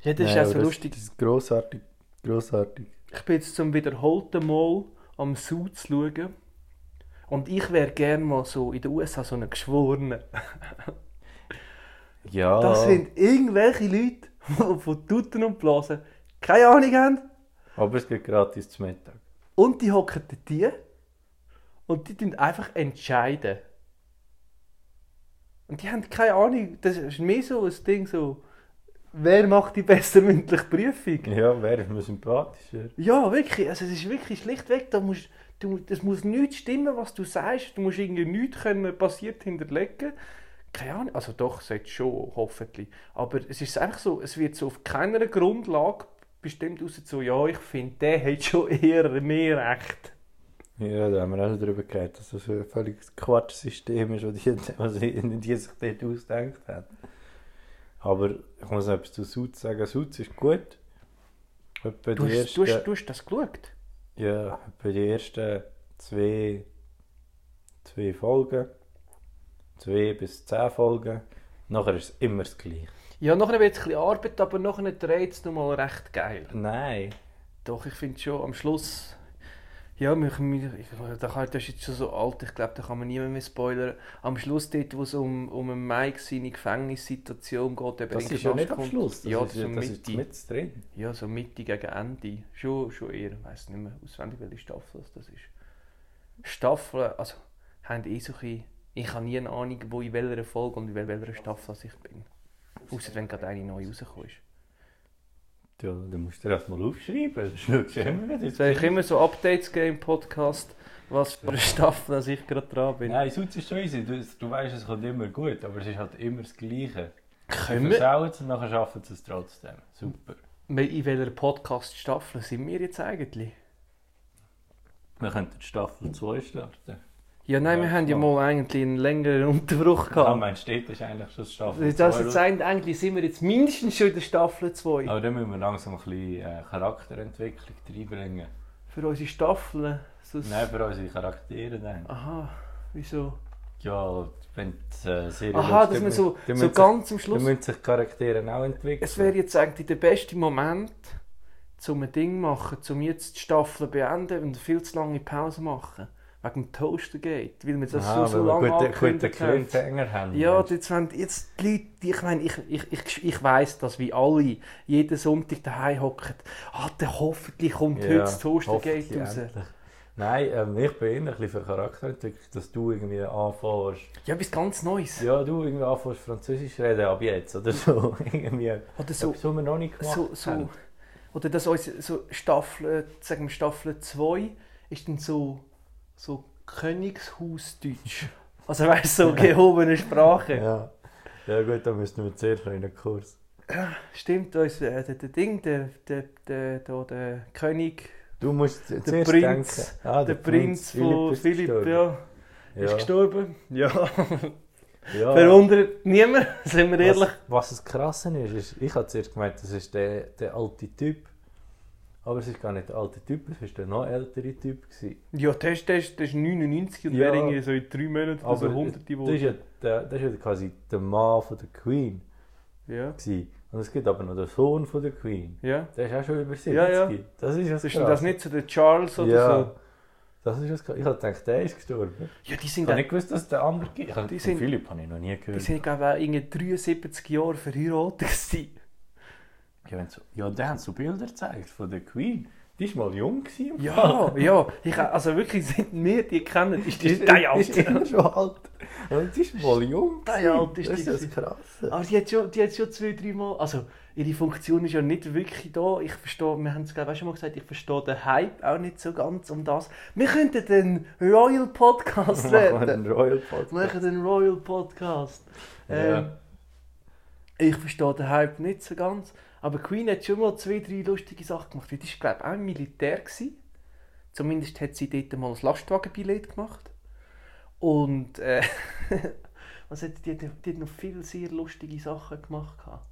[SPEAKER 2] ja, das ist
[SPEAKER 1] Nein,
[SPEAKER 2] auch so
[SPEAKER 1] aber
[SPEAKER 2] lustig.
[SPEAKER 1] Das ist grossartig. grossartig.
[SPEAKER 2] Ich bin jetzt zum wiederholten Mal am Zoo zu schauen. Und ich wäre gerne mal so in den USA so ein Geschworener.
[SPEAKER 1] Ah. Ja.
[SPEAKER 2] Das sind irgendwelche Leute, die von Tuten und Blasen keine Ahnung haben.
[SPEAKER 1] Aber es geht gratis zum Mittag.
[SPEAKER 2] Und die hocken dort die und die tun einfach entscheiden. Und die haben keine Ahnung, das ist mehr so ein Ding so, wer macht die beste mündliche Prüfung?
[SPEAKER 1] Ja, wäre mir sympathischer.
[SPEAKER 2] Ja, wirklich, also es ist wirklich schlichtweg, da musst, du, das muss nicht stimmen, was du sagst, du musst irgendwie nichts können passiert hinterlegen. Keine Ahnung, also doch, sollte schon, hoffentlich. Aber es ist einfach so, es wird so auf keiner Grundlage bestimmt raus so, ja, ich finde, der hat schon eher mehr Recht.
[SPEAKER 1] Ja, da haben wir auch schon darüber geredet, dass das ein völliges Quatschsystem ist, was die, was die, die sich dort ausgedacht haben. Aber ich muss noch etwas zu Sutz sagen. Sutz ist gut. Etwa
[SPEAKER 2] Du
[SPEAKER 1] die
[SPEAKER 2] hast, du,
[SPEAKER 1] ersten,
[SPEAKER 2] hast, du hast das geschaut?
[SPEAKER 1] ja, etwa die ersten zwei, zwei Folgen. Zwei bis zehn Folgen. Nachher ist es immer das Gleiche.
[SPEAKER 2] Ja, nachher wird es ein bisschen Arbeit, aber nachher dreht es nochmal recht geil.
[SPEAKER 1] Nein.
[SPEAKER 2] Doch, ich finde schon am Schluss. Ja, mich, mich, ich- da kann, das ist jetzt schon so alt, ich glaube, da kann man niemand mehr spoilern. Am Schluss, dort, wo es um, um einen Mike seine Gefängnissituation geht, eben
[SPEAKER 1] Das
[SPEAKER 2] in den
[SPEAKER 1] ist ja
[SPEAKER 2] Knast
[SPEAKER 1] nicht am
[SPEAKER 2] kommt.
[SPEAKER 1] Schluss. Das
[SPEAKER 2] ja,
[SPEAKER 1] ist,
[SPEAKER 2] so
[SPEAKER 1] ja- das ist
[SPEAKER 2] Mitte.
[SPEAKER 1] mit drin.
[SPEAKER 2] Ja, so Mitte gegen Ende. Schon, schon eher. Ich weiß nicht mehr auswendig, welche Staffel es das ist. Staffeln, also, haben eh so ein bisschen- Ich habe nie eine Ahnung, wo in welcher Folge und in wel- welcher Staffel ich bin. Außer wenn gerade eine neue rausgekommen ist.
[SPEAKER 1] Ja, dann musst du dir das mal aufschreiben. Das schaust du immer wieder.
[SPEAKER 2] Jetzt werde ich immer so Updates geben im Podcast, was für eine Staffel dass ich gerade dran bin.
[SPEAKER 1] Nein, sonst ist es schon easy. Du, du weißt, es kommt dus immer gut, aber es ist halt immer das Gleiche. Sie
[SPEAKER 2] Können wir,
[SPEAKER 1] versauen es und nachher schaffen sie es trotzdem. Super.
[SPEAKER 2] wir- in welcher Podcast-Staffel sind wir jetzt eigentlich?
[SPEAKER 1] Wir könnten die Staffel 2 starten.
[SPEAKER 2] Ja, nein, wir
[SPEAKER 1] Ja,
[SPEAKER 2] haben ja
[SPEAKER 1] klar.
[SPEAKER 2] mal eigentlich einen längeren Unterbruch
[SPEAKER 1] Ah,
[SPEAKER 2] gehabt.
[SPEAKER 1] mein steht ist eigentlich schon die Staffel
[SPEAKER 2] Das das jetzt
[SPEAKER 1] 2.
[SPEAKER 2] eigentlich eigentlich sind wir jetzt mindestens schon in der Staffel 2.
[SPEAKER 1] Aber dann müssen wir langsam ein bisschen äh, Charakterentwicklung reinbringen.
[SPEAKER 2] Für unsere Staffeln. Sonst...
[SPEAKER 1] Nein, für unsere Charaktere dann.
[SPEAKER 2] Aha, wieso?
[SPEAKER 1] Ja, wenn die äh, Serie
[SPEAKER 2] Aha,
[SPEAKER 1] schaust,
[SPEAKER 2] dass
[SPEAKER 1] dann
[SPEAKER 2] man
[SPEAKER 1] müssen-
[SPEAKER 2] so,
[SPEAKER 1] dann
[SPEAKER 2] so
[SPEAKER 1] müssen
[SPEAKER 2] ganz am
[SPEAKER 1] sich, Dann
[SPEAKER 2] Schluss.
[SPEAKER 1] müssen sich die Charaktere auch entwickeln.
[SPEAKER 2] Es wäre jetzt eigentlich der beste Moment, zum ein Ding machen, um jetzt die Staffel beenden und eine viel zu lange Pause machen. Wegen dem Toastergate, weil wir das
[SPEAKER 1] Aha,
[SPEAKER 2] schon so
[SPEAKER 1] weil wir
[SPEAKER 2] lange
[SPEAKER 1] gute-
[SPEAKER 2] angekündigt
[SPEAKER 1] gute
[SPEAKER 2] haben.
[SPEAKER 1] Cliffhanger haben.
[SPEAKER 2] Ja,
[SPEAKER 1] meinst
[SPEAKER 2] und jetzt wenn jetzt die Leute, ich meine, ich, ich, ich, ich weiss das, wie alle jeden Sonntag daheim hocken. Ah, dann hoffentlich kommt
[SPEAKER 1] Ja,
[SPEAKER 2] heute das Toastergate
[SPEAKER 1] hoffentlich
[SPEAKER 2] raus.
[SPEAKER 1] endlich. Nein, ähm, ich bin eher ein bisschen für Charakterentwicklung, dass du irgendwie anfängst.
[SPEAKER 2] Ja, etwas ganz Neues.
[SPEAKER 1] Ja, du irgendwie anfängst Französisch reden ab jetzt oder so. irgendwie.
[SPEAKER 2] Oder
[SPEAKER 1] So,
[SPEAKER 2] so.
[SPEAKER 1] was wir noch nicht gemacht
[SPEAKER 2] so, so,
[SPEAKER 1] haben.
[SPEAKER 2] oder dass unsere so Staffel, sagen wir Staffel 2 ist dann so, so Königshausdeutsch. Also weißt du, so gehobene Sprache.
[SPEAKER 1] Ja. ja, gut, dann müssen wir zuerst noch in einen Kurs.
[SPEAKER 2] Stimmt, uns, äh, der, der Ding, der, der, der, der, der König,
[SPEAKER 1] Du musst zuerst
[SPEAKER 2] der Prinz,
[SPEAKER 1] denken. Ah,
[SPEAKER 2] der, Prinz, von Philipp,
[SPEAKER 1] gestorben.
[SPEAKER 2] ja, ist
[SPEAKER 1] ja.
[SPEAKER 2] gestorben. Ja.
[SPEAKER 1] Ja.
[SPEAKER 2] Verwundert niemand, sind wir ehrlich.
[SPEAKER 1] Was, was das Krasse ist, ist, ich habe zuerst gemeint, das ist der, der alte Typ. Aber es ist gar nicht der alte Typ, es ist der noch ältere Typ. Gewesen.
[SPEAKER 2] Ja, das ist, das ist, das ist 99 und
[SPEAKER 1] Ja.
[SPEAKER 2] wäre irgendwie so in drei Monaten also
[SPEAKER 1] Aber äh,
[SPEAKER 2] 100
[SPEAKER 1] das ist ja, der, das ist ja quasi der Mann von der Queen.
[SPEAKER 2] Ja.
[SPEAKER 1] Gewesen. Und es gibt aber noch den Sohn von der Queen.
[SPEAKER 2] ja.
[SPEAKER 1] Der ist auch schon über 70.
[SPEAKER 2] Ja, ja.
[SPEAKER 1] Das ist ja
[SPEAKER 2] Ist denn das nicht so der Charles oder
[SPEAKER 1] ja.
[SPEAKER 2] so?
[SPEAKER 1] Das ist das Krasse. Ich habe gedacht, der ist gestorben.
[SPEAKER 2] Ja, die
[SPEAKER 1] Ich
[SPEAKER 2] sind,
[SPEAKER 1] habe
[SPEAKER 2] die
[SPEAKER 1] nicht gewusst, dass es den anderen gibt. Ich habe,
[SPEAKER 2] Die
[SPEAKER 1] den
[SPEAKER 2] sind-
[SPEAKER 1] Philipp habe ich noch nie gehört.
[SPEAKER 2] sind glaube ich auch irgendwie 73 Jahre verheiratet gewesen.
[SPEAKER 1] Ja, wenn so, ja, der hat so Bilder gezeigt von der Queen. Die war mal jung. Gewesen.
[SPEAKER 2] Ja, ja. Ich, also wirklich, seit wir die kennen, ist die
[SPEAKER 1] die
[SPEAKER 2] der
[SPEAKER 1] ist
[SPEAKER 2] alt.
[SPEAKER 1] immer schon alt. Und die ist mal jung.
[SPEAKER 2] Die
[SPEAKER 1] gewesen.
[SPEAKER 2] alt ist
[SPEAKER 1] das
[SPEAKER 2] die
[SPEAKER 1] ist das
[SPEAKER 2] gewesen.
[SPEAKER 1] Krasse.
[SPEAKER 2] Aber Also, die hat schon, die hat schon zwei, drei Mal... Also, ihre Funktion ist ja nicht wirklich da. Ich verstehe, wir haben es glaube ich auch schon mal gesagt, ich verstehe den Hype auch nicht so ganz um das. Wir könnten den Royal Podcast
[SPEAKER 1] Machen wir
[SPEAKER 2] werden.
[SPEAKER 1] einen Royal Podcast.
[SPEAKER 2] Wir machen den Royal Podcast. Ähm,
[SPEAKER 1] Ja.
[SPEAKER 2] Ich verstehe den Hype nicht so ganz. Aber Queen hat schon mal zwei, drei lustige Sachen gemacht. Die war, glaube ich, auch im Militär. Gewesen. Zumindest hat sie dort mal ein Lastwagenbillett gemacht. Und äh, was hat, die, hat, die hat noch viele sehr lustige Sachen gemacht. gehabt.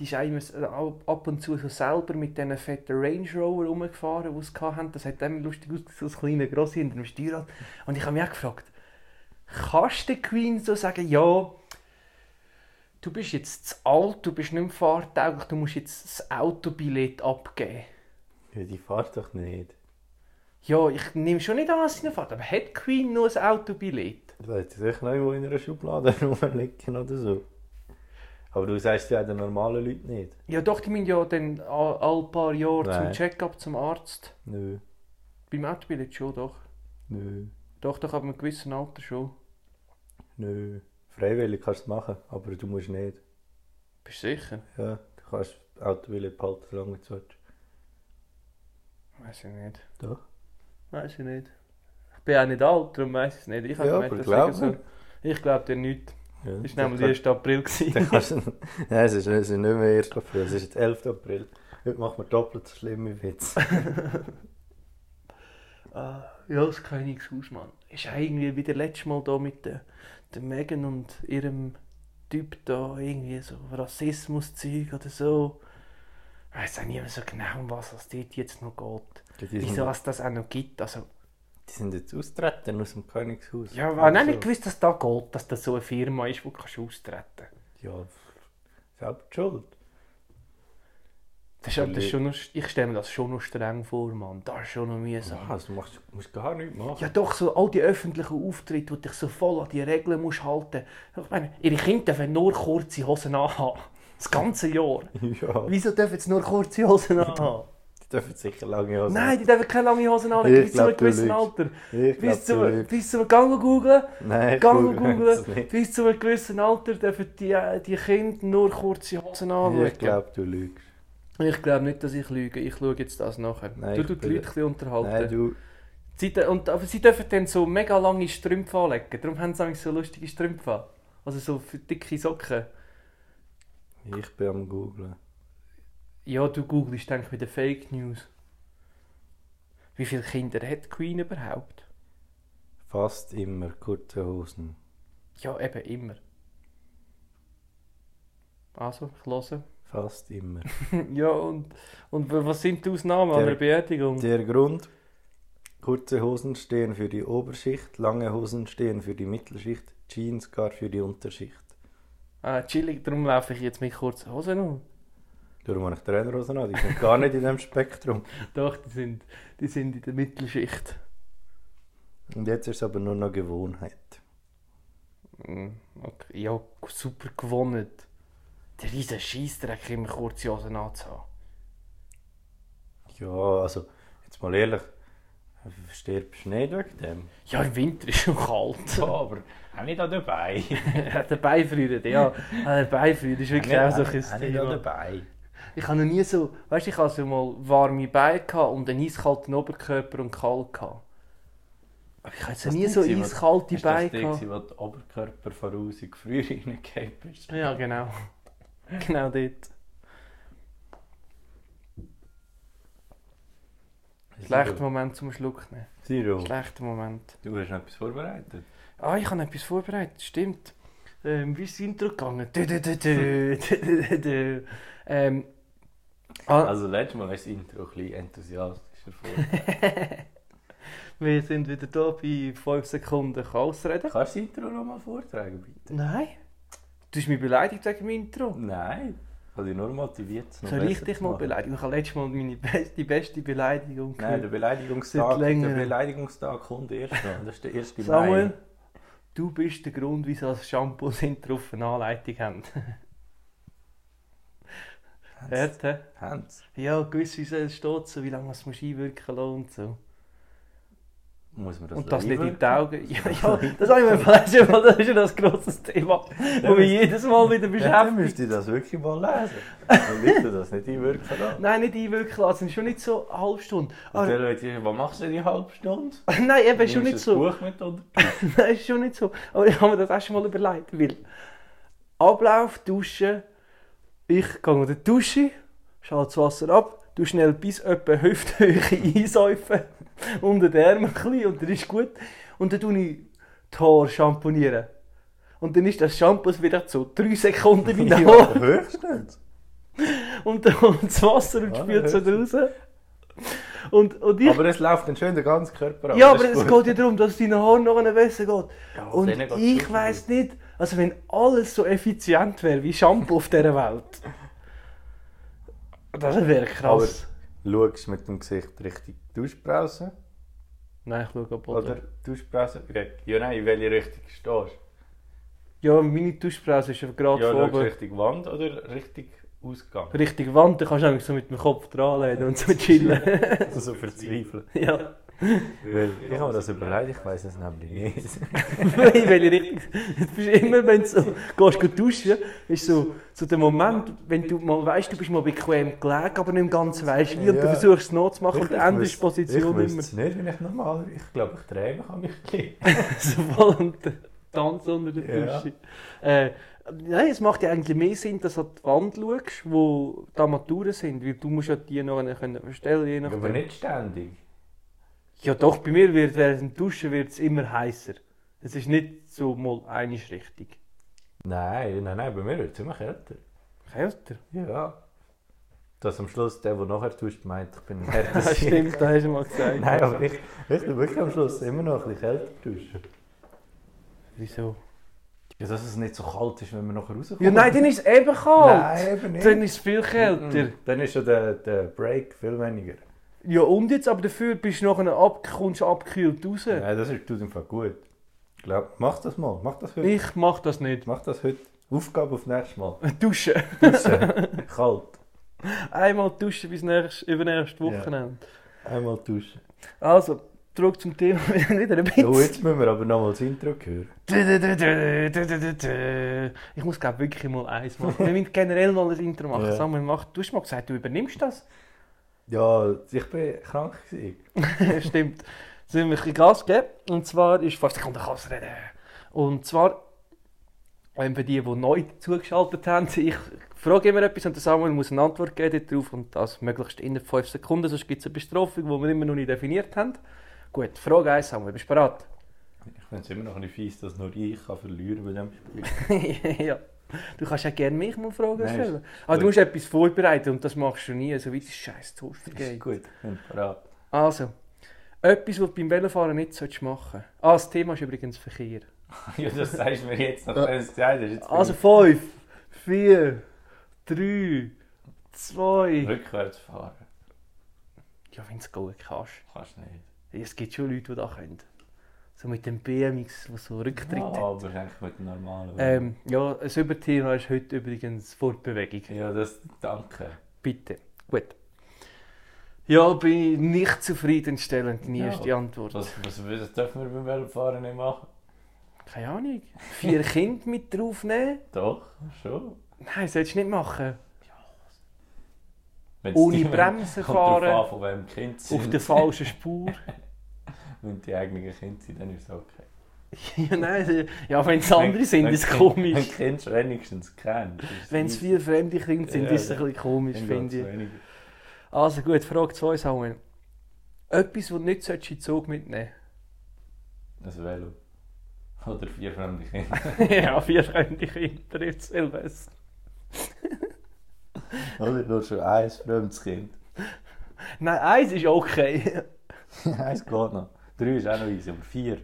[SPEAKER 2] Die ist auch immer so- auch ab und zu so selber mit diesen fetten Range Rover rumgefahren, die sie hatten. Das hat dann lustig ausgesehen, so ein kleiner Grossi hinter dem Steuerrad. Und ich habe mich auch gefragt, kannst du der Queen so sagen, ja, du bist jetzt zu alt, du bist nicht mehr fahrtauglich, du musst jetzt das Autobillett abgeben.
[SPEAKER 1] Ja, die fährt doch nicht.
[SPEAKER 2] Ja, ich nehme schon nicht an, dass sie noch fährt, aber hat die Queen nur ein Autobillett?
[SPEAKER 1] Da hat sie sicher noch irgendwo in einer Schublade rumliegen oder so. Aber du sagst ja den normalen Leuten nicht.
[SPEAKER 2] Ja doch, die müssen ja dann a- alle paar Jahre zum
[SPEAKER 1] Nein.
[SPEAKER 2] Check-up zum Arzt.
[SPEAKER 1] Nö,
[SPEAKER 2] Beim Autobillett schon, doch.
[SPEAKER 1] nö,
[SPEAKER 2] Doch, doch, ab einem gewissen Alter schon.
[SPEAKER 1] nö. Freiwillig kannst du es machen, aber du musst nicht.
[SPEAKER 2] Bist du sicher?
[SPEAKER 1] Ja, du kannst das Autowille behalten, solange du willst.
[SPEAKER 2] Weiß ich nicht.
[SPEAKER 1] Doch.
[SPEAKER 2] Weiß ich nicht. Ich bin auch nicht alt, darum weiß ich es nicht. Ich habe
[SPEAKER 1] Ja,
[SPEAKER 2] gemeint,
[SPEAKER 1] aber
[SPEAKER 2] das
[SPEAKER 1] glaub
[SPEAKER 2] sei so. Ich glaube dir nicht.
[SPEAKER 1] Ja,
[SPEAKER 2] Das war
[SPEAKER 1] dann
[SPEAKER 2] nämlich 1. April. gewesen.
[SPEAKER 1] Dann kannst du, nein, es ist, es ist nicht mehr 1. April, es ist jetzt 11. April. Heute machen wir doppelt so schlimme Witze.
[SPEAKER 2] Ah, ja, das Königshaus, Mann. Ist auch irgendwie wie der letzte Mal da mit der, der Megan und ihrem Typ da irgendwie so Rassismus-Zeug oder so. Ich weiß auch nicht mehr so genau, um was es dort jetzt noch geht.
[SPEAKER 1] Die
[SPEAKER 2] Wieso
[SPEAKER 1] sind,
[SPEAKER 2] es das auch noch gibt. Also,
[SPEAKER 1] die sind jetzt austreten aus dem Königshaus.
[SPEAKER 2] ja, ich
[SPEAKER 1] Also,
[SPEAKER 2] habe auch nicht gewusst, dass da geht, dass das so eine Firma ist, wo du kannst austreten kannst.
[SPEAKER 1] Ja, selbst schuld.
[SPEAKER 2] Das ist, aber das ist schon noch, ich stelle mir das schon noch streng vor, Mann. Das ist schon noch mühsam.
[SPEAKER 1] Was, also du machst, musst gar nichts machen.
[SPEAKER 2] Ja doch, so all die öffentlichen Auftritte, wo du dich so voll an die Regeln musst halten Ich meine, ihre Kinder dürfen nur kurze Hosen anhaben. Das ganze Jahr.
[SPEAKER 1] Ja,
[SPEAKER 2] Wieso dürfen sie nur kurze Hosen anhaben?
[SPEAKER 1] die dürfen sicher lange Hosen
[SPEAKER 2] Nein, die dürfen keine lange Hosen anhaben,
[SPEAKER 1] Ich
[SPEAKER 2] bis zu
[SPEAKER 1] glaub,
[SPEAKER 2] einem
[SPEAKER 1] du
[SPEAKER 2] gewissen
[SPEAKER 1] lügst.
[SPEAKER 2] Alter.
[SPEAKER 1] Ich glaub,
[SPEAKER 2] Bis zu,
[SPEAKER 1] du lügst.
[SPEAKER 2] bis zu, gang googlen,
[SPEAKER 1] Nein, ich
[SPEAKER 2] gang
[SPEAKER 1] google
[SPEAKER 2] googlen,
[SPEAKER 1] es nicht.
[SPEAKER 2] bis zu einem gewissen Alter dürfen die, äh, die Kinder nur kurze Hosen anhaben.
[SPEAKER 1] Ich glaube, du lügst.
[SPEAKER 2] Ich glaub nicht, dass ich lüge. Ich schaue jetzt das nachher.
[SPEAKER 1] Nein,
[SPEAKER 2] du
[SPEAKER 1] ich
[SPEAKER 2] tut die
[SPEAKER 1] bin-
[SPEAKER 2] Leute ein bisschen unterhalten.
[SPEAKER 1] Nein, du,
[SPEAKER 2] Sie, und, aber sie dürfen dann so mega lange Strümpfe anlegen. Darum haben sie manchmal so lustige Strümpfe an. Also so für dicke Socken.
[SPEAKER 1] ich bin am googlen.
[SPEAKER 2] Ja, du googlest, denke ich, bei den Fake News. Wie viele Kinder hat Queen überhaupt?
[SPEAKER 1] Fast immer kurze Hosen.
[SPEAKER 2] Ja, eben immer. Also, ich höre.
[SPEAKER 1] Fast immer.
[SPEAKER 2] ja, und, und w- was sind die Ausnahmen an
[SPEAKER 1] Der-
[SPEAKER 2] einer Beerdigung?
[SPEAKER 1] Der Grund, kurze Hosen stehen für die Oberschicht, lange Hosen stehen für die Mittelschicht, Jeans gar für die Unterschicht.
[SPEAKER 2] Ah, chillig, darum laufe ich jetzt mit kurzen Hosen um.
[SPEAKER 1] Darum habe ich Trainerhosen an, die sind gar nicht in diesem Spektrum.
[SPEAKER 2] Doch, die sind, die sind in der Mittelschicht.
[SPEAKER 1] Und jetzt ist es aber nur noch Gewohnheit.
[SPEAKER 2] Mm, Okay. Ja, super gewonnen. Der riesen Scheissdreck immer kurze Hosen anzuhaben.
[SPEAKER 1] Ja, also, jetzt mal ehrlich, stirbst du nicht wegen dem.
[SPEAKER 2] Ja, im Winter ist schon kalt.
[SPEAKER 1] aber auch nicht an dabei.
[SPEAKER 2] der Beifrieren, ja. Ah, Der Beifrieren ist wirklich auch so ein Thema.
[SPEAKER 1] dabei.
[SPEAKER 2] Ich habe noch nie so... Weißt du, ich hatte so mal warme Beine gehabt und einen eiskalten Oberkörper und kalt. Gehabt. Aber ich habe jetzt noch
[SPEAKER 1] Das
[SPEAKER 2] nie
[SPEAKER 1] Ding
[SPEAKER 2] so
[SPEAKER 1] war, was-
[SPEAKER 2] eiskalte Beine
[SPEAKER 1] das
[SPEAKER 2] gehabt.
[SPEAKER 1] Ding, wo der Oberkörper voraus in die Früh reingehabt ist?
[SPEAKER 2] Ja, genau. Genau dort. Schlechter Moment zum Schluck nehmen.
[SPEAKER 1] Siro,
[SPEAKER 2] Schlechter Moment.
[SPEAKER 1] du hast noch etwas vorbereitet.
[SPEAKER 2] Ah, ich habe etwas vorbereitet, stimmt. ähm, wie ist das Intro gegangen? Dö, dö, dö, dö, dö, dö, dö. Ähm, ah,
[SPEAKER 1] Also letztes Mal ist das Intro ein bisschen enthusiastischer vor.
[SPEAKER 2] wir sind wieder da bei 5 Sekunden Chaos reden.
[SPEAKER 1] Kannst du das Intro nochmal vortragen, bitte?
[SPEAKER 2] Nein. Du hast mich beleidigt wegen meinem Intro.
[SPEAKER 1] Nein. Ich habe dich nur motiviert, es noch
[SPEAKER 2] Soll ich
[SPEAKER 1] besser
[SPEAKER 2] dich
[SPEAKER 1] zu
[SPEAKER 2] mal
[SPEAKER 1] machen.
[SPEAKER 2] beleidigen? Ich habe letztes Mal meine beste, die beste Beleidigung
[SPEAKER 1] Nein, der
[SPEAKER 2] gehört.
[SPEAKER 1] Beleidigungstag,
[SPEAKER 2] Seit länger.
[SPEAKER 1] der Beleidigungstag kommt erst noch. Das ist der 1.
[SPEAKER 2] Samuel,
[SPEAKER 1] Mai.
[SPEAKER 2] du bist der Grund, wieso das Shampoo sind drauf eine Anleitung haben. Hört, hä?
[SPEAKER 1] Hans.
[SPEAKER 2] Ja, gewiss, wie es steht, so, wie lange man es muss einwirken lassen und so.
[SPEAKER 1] Muss man das
[SPEAKER 2] und das nicht in
[SPEAKER 1] live-
[SPEAKER 2] die Augen. Ja, ja, das habe ich mir verlesen, weil das ist ja das grosses Thema, wo mich jedes Mal wieder
[SPEAKER 1] Ja, dann
[SPEAKER 2] beschäftigt.
[SPEAKER 1] müsst ihr das wirklich mal lesen. Dann wisst ihr das nicht einwirken lassen.
[SPEAKER 2] Nein, nicht einwirken lassen, schon nicht so eine halbe Stunde.
[SPEAKER 1] Und
[SPEAKER 2] Aber,
[SPEAKER 1] dann Leute, die, was machst du die halbe Stunde?
[SPEAKER 2] nein, eben schon
[SPEAKER 1] Nimmst
[SPEAKER 2] nicht
[SPEAKER 1] ein
[SPEAKER 2] so.
[SPEAKER 1] Buch mit unter
[SPEAKER 2] Nein, ist schon nicht so. Aber ich habe mir das auch schon mal überlegt, weil Ablauf, Duschen, ich gehe unter die Dusche, schalte das Wasser ab, du schnell bis etwa Hüfthöhe einsäufen, unter den Armen ein bisschen und dann ist gut. Und dann tue ich die Haare schamponieren. Und dann ist das Shampoo wieder so drei Sekunden in den Haaren
[SPEAKER 1] höchstens.
[SPEAKER 2] und dann kommt das Wasser und
[SPEAKER 1] Ja,
[SPEAKER 2] spült so raus. Und, und ich...
[SPEAKER 1] Aber es läuft dann schön den ganzen Körper ab.
[SPEAKER 2] ja,
[SPEAKER 1] Das
[SPEAKER 2] aber
[SPEAKER 1] ist
[SPEAKER 2] es
[SPEAKER 1] gut.
[SPEAKER 2] geht ja darum, dass es deinen Haaren noch besser geht.
[SPEAKER 1] Ja,
[SPEAKER 2] Und
[SPEAKER 1] denen geht's
[SPEAKER 2] ich
[SPEAKER 1] super
[SPEAKER 2] weiß nicht, also wenn alles so effizient wäre wie Shampoo auf dieser Welt. Das wäre krass.
[SPEAKER 1] gut. Schaust mit dem Gesicht richtig Duschbrause?
[SPEAKER 2] Nein, ich schaue ab.
[SPEAKER 1] Oder
[SPEAKER 2] Oder?
[SPEAKER 1] Duschbrause? Ja, nein, in welche Richtung stehst du?
[SPEAKER 2] Ja, meine Duschbrause ist ja gerade
[SPEAKER 1] Ja,
[SPEAKER 2] von
[SPEAKER 1] schaust du
[SPEAKER 2] oben.
[SPEAKER 1] Richtung Wand oder Richtung Ausgang?
[SPEAKER 2] Richtig Wand, da kannst du eigentlich so mit dem Kopf dranlehnen und so chillen.
[SPEAKER 1] Also verzweifeln.
[SPEAKER 2] ja.
[SPEAKER 1] Ich habe mir das überlegt, ich weiß es nämlich nicht.
[SPEAKER 2] In welche Richtung? Du bist immer, wenn du so, gehst du duschen, ist so, so der Moment, wenn du mal weißt, du bist mal bequem gelegen, aber nicht ganz weißt, wie, und du
[SPEAKER 1] Ja.
[SPEAKER 2] versuchst es nachzumachen und
[SPEAKER 1] Ich
[SPEAKER 2] dann
[SPEAKER 1] wüsste-
[SPEAKER 2] ist die Position
[SPEAKER 1] Ich
[SPEAKER 2] immer.
[SPEAKER 1] wüsste es nicht, wenn ich normal... Ich glaube, ich drehe mich an mich ein bisschen.
[SPEAKER 2] so voll und Tanz unter der
[SPEAKER 1] Ja.
[SPEAKER 2] Dusche. Äh, nein, es macht ja eigentlich mehr Sinn, dass du an die Wand schaust, wo die Armaturen sind, weil du musst ja die noch können verstellen je nachdem.
[SPEAKER 1] Aber nicht ständig.
[SPEAKER 2] Ja doch, bei mir wird während dem Duschen wird's immer heißer. Es ist nicht so mal einig richtig.
[SPEAKER 1] Nein, nein, nein, bei mir wird es immer kälter.
[SPEAKER 2] Kälter?
[SPEAKER 1] Ja. Dass am Schluss der, der nachher duscht, meint, ich bin
[SPEAKER 2] Das
[SPEAKER 1] härter.
[SPEAKER 2] stimmt, das hast du mal gesagt.
[SPEAKER 1] Nein, aber ich, ich tue wirklich am Schluss immer noch ein bisschen kälter duschen.
[SPEAKER 2] Wieso?
[SPEAKER 1] Ja, dass es nicht so kalt ist, wenn man nachher rauskommt.
[SPEAKER 2] Ja nein, dann ist es eben
[SPEAKER 1] Nein,
[SPEAKER 2] kalt.
[SPEAKER 1] eben nicht.
[SPEAKER 2] Dann ist es viel kälter.
[SPEAKER 1] Mhm. Dann ist ja der, der Break viel weniger.
[SPEAKER 2] Ja und jetzt, aber dafür bist du nachher ab, kommst du abgekühlt raus.
[SPEAKER 1] Nein, das ist tut im Fall gut. Ich glaub, mach das mal, mach das heute.
[SPEAKER 2] Ich mach das nicht.
[SPEAKER 1] Mach das heute. Aufgabe auf nächstes Mal.
[SPEAKER 2] Duschen.
[SPEAKER 1] Duschen. kalt.
[SPEAKER 2] Einmal duschen bis nächst, übernächstes
[SPEAKER 1] Ja.
[SPEAKER 2] Wochenende.
[SPEAKER 1] Einmal duschen.
[SPEAKER 2] Also, zurück zum Thema wieder ein bisschen.
[SPEAKER 1] Oh, jetzt müssen wir aber nochmal das Intro hören.
[SPEAKER 2] Dö, dö, dö, dö, dö, dö, dö, dö. Ich muss glaube wirklich mal eins machen. Wir müssen generell mal ein Intro machen.
[SPEAKER 1] Ja.
[SPEAKER 2] Samuel, mach, du hast mal gesagt, du übernimmst das.
[SPEAKER 1] Ja, ich bin krank gewesen.
[SPEAKER 2] Stimmt. Sollen wir ein bisschen Gas geben? Und zwar ist fast Sekunden Kass reden. Und zwar, ähm, für die, die neu zugeschaltet haben, ich frage immer etwas und der Samuel muss eine Antwort geben darauf und das möglichst innerhalb 5 Sekunden, sonst gibt es eine Bestrafung, die wir immer noch nicht definiert haben. Gut, Frage 1, Samuel, bist du bereit?
[SPEAKER 1] Ich finde es immer noch ein bisschen fies, dass nur ich kann verlieren bei diesem Spiel.
[SPEAKER 2] ja. Du kannst ja gerne mich mal Fragen
[SPEAKER 1] Nein,
[SPEAKER 2] stellen.
[SPEAKER 1] ist
[SPEAKER 2] Aber
[SPEAKER 1] gut.
[SPEAKER 2] du musst etwas vorbereiten und das machst du nie, so wie das scheiß Toaster
[SPEAKER 1] Ist
[SPEAKER 2] geht.
[SPEAKER 1] gut, ich bin bereit.
[SPEAKER 2] Also, etwas, was du beim Velofahren nicht solltest machen solltest. Ah, das Thema ist übrigens Verkehr.
[SPEAKER 1] Ja, das sagst du mir jetzt, nachdem du es gesagt hast. Jetzt bin
[SPEAKER 2] Also 5, 4, 3,
[SPEAKER 1] ich
[SPEAKER 2] 2.
[SPEAKER 1] rückwärts fahren.
[SPEAKER 2] Ja, wenn du es gehen kannst.
[SPEAKER 1] Kannst du nicht.
[SPEAKER 2] Es gibt schon Leute, die das können. So mit dem BMX, der so Rücktritt
[SPEAKER 1] Ja,
[SPEAKER 2] hat.
[SPEAKER 1] aber eigentlich mit dem normalen.
[SPEAKER 2] Ähm, ja, ein Überthema ist heute übrigens Fortbewegung.
[SPEAKER 1] Ja, das danke.
[SPEAKER 2] Bitte. Gut. Ja, bin nicht zufriedenstellend, die
[SPEAKER 1] Ja.
[SPEAKER 2] erste Antwort.
[SPEAKER 1] Was, was, was dürfen wir beim Velofahren nicht machen?
[SPEAKER 2] Keine Ahnung. Vier Kinder mit draufnehmen?
[SPEAKER 1] Doch, schon.
[SPEAKER 2] Nein, sollst du nicht machen.
[SPEAKER 1] Wenn's
[SPEAKER 2] Ohne
[SPEAKER 1] die-
[SPEAKER 2] Bremsen
[SPEAKER 1] kommt drauf
[SPEAKER 2] fahren.
[SPEAKER 1] An, von wem die Kinder
[SPEAKER 2] Auf
[SPEAKER 1] sind.
[SPEAKER 2] der falschen Spur.
[SPEAKER 1] Wenn die eigenen Kinder sind, dann ist es okay.
[SPEAKER 2] ja, nein. Ja, wenn es andere sind,
[SPEAKER 1] Wenn-
[SPEAKER 2] ist es
[SPEAKER 1] wenn- Wenn die
[SPEAKER 2] komisch.
[SPEAKER 1] Kinder es wenigstens kennen.
[SPEAKER 2] Wenn es vier fremde Kinder sind,
[SPEAKER 1] Hm. Ja,
[SPEAKER 2] ist es ein
[SPEAKER 1] ja.
[SPEAKER 2] bisschen komisch, finde ich.
[SPEAKER 1] ich.
[SPEAKER 2] Also gut, Frage 2, Samuel. Etwas, das du nicht solltest in den Zug mitnehmen
[SPEAKER 1] Ein Velo. Oder vier fremde Kinder.
[SPEAKER 2] ja, vier fremde Kinder jetzt Silvester.
[SPEAKER 1] Oder nur schon ein fremdes Kind.
[SPEAKER 2] Nein, eins ist okay.
[SPEAKER 1] Eins geht noch. Drei ist auch noch easy, aber vier.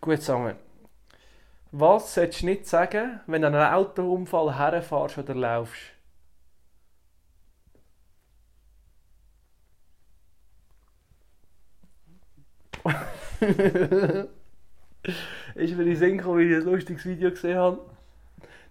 [SPEAKER 2] Gut zusammen. Was solltest du nicht sagen, wenn du an einem Autounfall herfährst oder laufst? ist mir in den Sinn gekommen, weil ich ein lustiges Video gesehen habe.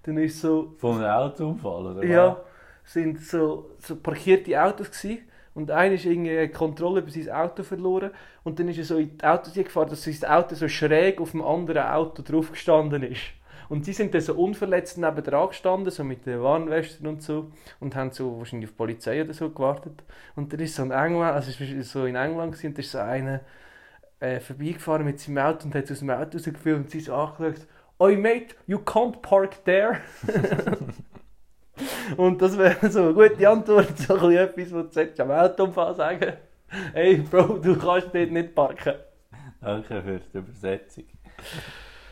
[SPEAKER 2] Dann ist so,
[SPEAKER 1] Von einem Autounfall, oder
[SPEAKER 2] ja, sind so, so parkierte Autos gewesen. Und einer ist irgendwie eine Kontrolle über sein Auto verloren. Und dann ist er so in die Autos gefahren, dass sein Auto so schräg auf dem anderen Auto drauf gestanden ist. Und die sind dann so unverletzt neben dran gestanden, so mit den Warnwesten und so. Und haben so wahrscheinlich auf die Polizei oder so gewartet. Und dann ist so in England, also es war so in England gewesen, und da ist so einer äh, vorbeigefahren mit seinem Auto und hat es aus dem Auto rausgefilmt und sie so angeschaut. Oi mate, you can't park there. und das wäre so eine gute Antwort, so ein bisschen etwas, was du solltest am Autounfall sagen Hey Bro, du kannst dort nicht parken.
[SPEAKER 1] was? Danke für die Übersetzung.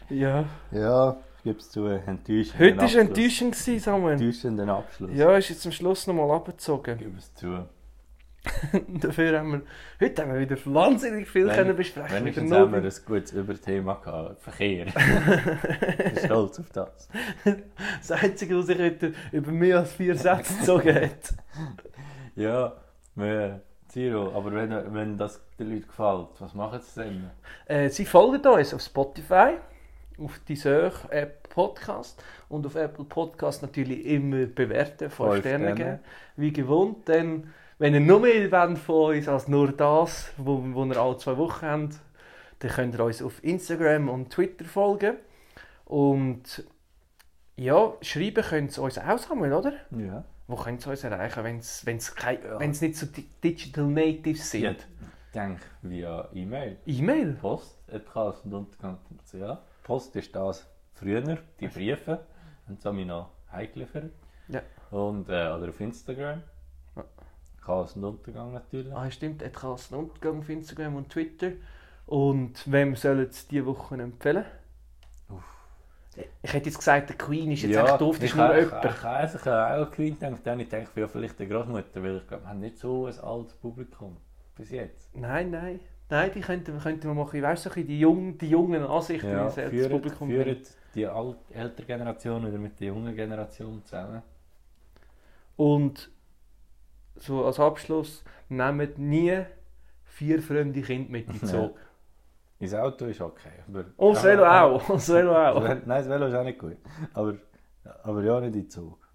[SPEAKER 2] Ja.
[SPEAKER 1] Ja, ich gebe es zu, enttäuschend.
[SPEAKER 2] Heute war enttäuschend, gewesen, Samuel.
[SPEAKER 1] Enttäuschenden Abschluss.
[SPEAKER 2] Ja, ist jetzt am Schluss nochmal abgezogen.
[SPEAKER 1] Ich gebe es zu.
[SPEAKER 2] Dafür haben wir, heute haben wir wieder wahnsinnig viel
[SPEAKER 1] Wenn-
[SPEAKER 2] können besprechen mit der
[SPEAKER 1] Wenigstens haben wir
[SPEAKER 2] Nobel.
[SPEAKER 1] ein gutes Überthema gehabt. Verkehr. ich bin stolz auf das.
[SPEAKER 2] Das Einzige, was ich heute über mehr als vier Sätze gezogen hat.
[SPEAKER 1] Ja, wir, Zero, aber wenn, wenn das den Leuten gefällt, was machen sie denn?
[SPEAKER 2] Äh, sie folgen uns auf Spotify, auf die Söch App Podcast und auf Apple Podcast natürlich immer bewerten, 5
[SPEAKER 1] Fünf
[SPEAKER 2] Sterne
[SPEAKER 1] Sterne.
[SPEAKER 2] geben. Wie gewohnt, denn wenn ihr noch mehr wollt von uns als nur das, wo, wo ihr alle zwei Wochen habt, dann könnt ihr uns auf Instagram und Twitter folgen. Und ja, schreiben könnt ihr uns auch sammeln, oder?
[SPEAKER 1] Ja.
[SPEAKER 2] Wo könnt ihr uns erreichen, wenn es nicht so di- Digital Natives sind?
[SPEAKER 1] ja. Ich denke via E-Mail.
[SPEAKER 2] E-Mail?
[SPEAKER 1] Post, etwas und Untergang.ca. Post ist das früher, die Briefe. Und so mich noch heimgeliefert.
[SPEAKER 2] Ja.
[SPEAKER 1] Und, äh, oder auf Instagram.
[SPEAKER 2] Ja.
[SPEAKER 1] Chaos und Untergang natürlich.
[SPEAKER 2] Ah, stimmt, er kann einen Umgang auf Instagram und Twitter. Und wem sollen sie diese Woche empfehlen? Ich hätte jetzt gesagt, der Queen ist jetzt echt doof, das
[SPEAKER 1] ich
[SPEAKER 2] ist nur
[SPEAKER 1] habe-
[SPEAKER 2] jemand.
[SPEAKER 1] Ich habe ich habe auch Queen gedacht, dann ich denke, ja, vielleicht der Großmutter, weil ich glaube, wir haben nicht so ein altes Publikum. Bis jetzt.
[SPEAKER 2] Nein, nein. Nein, die könnten, könnten wir machen. Ich weiss, so ein bisschen die, jungen, die jungen Ansichten
[SPEAKER 1] Ja,
[SPEAKER 2] ins ins
[SPEAKER 1] führen,
[SPEAKER 2] Publikum bringen.
[SPEAKER 1] führen die alt, ältere Generation wieder mit der jungen Generation zusammen.
[SPEAKER 2] Und so als Abschluss, nehmt nie vier fremde Kinder mit in den
[SPEAKER 1] Nein.
[SPEAKER 2] Zug.
[SPEAKER 1] Mein Auto ist okay. aber-
[SPEAKER 2] Und das Velo Oh, auch. Und das Velo
[SPEAKER 1] Also,
[SPEAKER 2] auch.
[SPEAKER 1] wenn- Nein, das Velo ist auch nicht gut. Aber, aber ja, nicht in den Zug.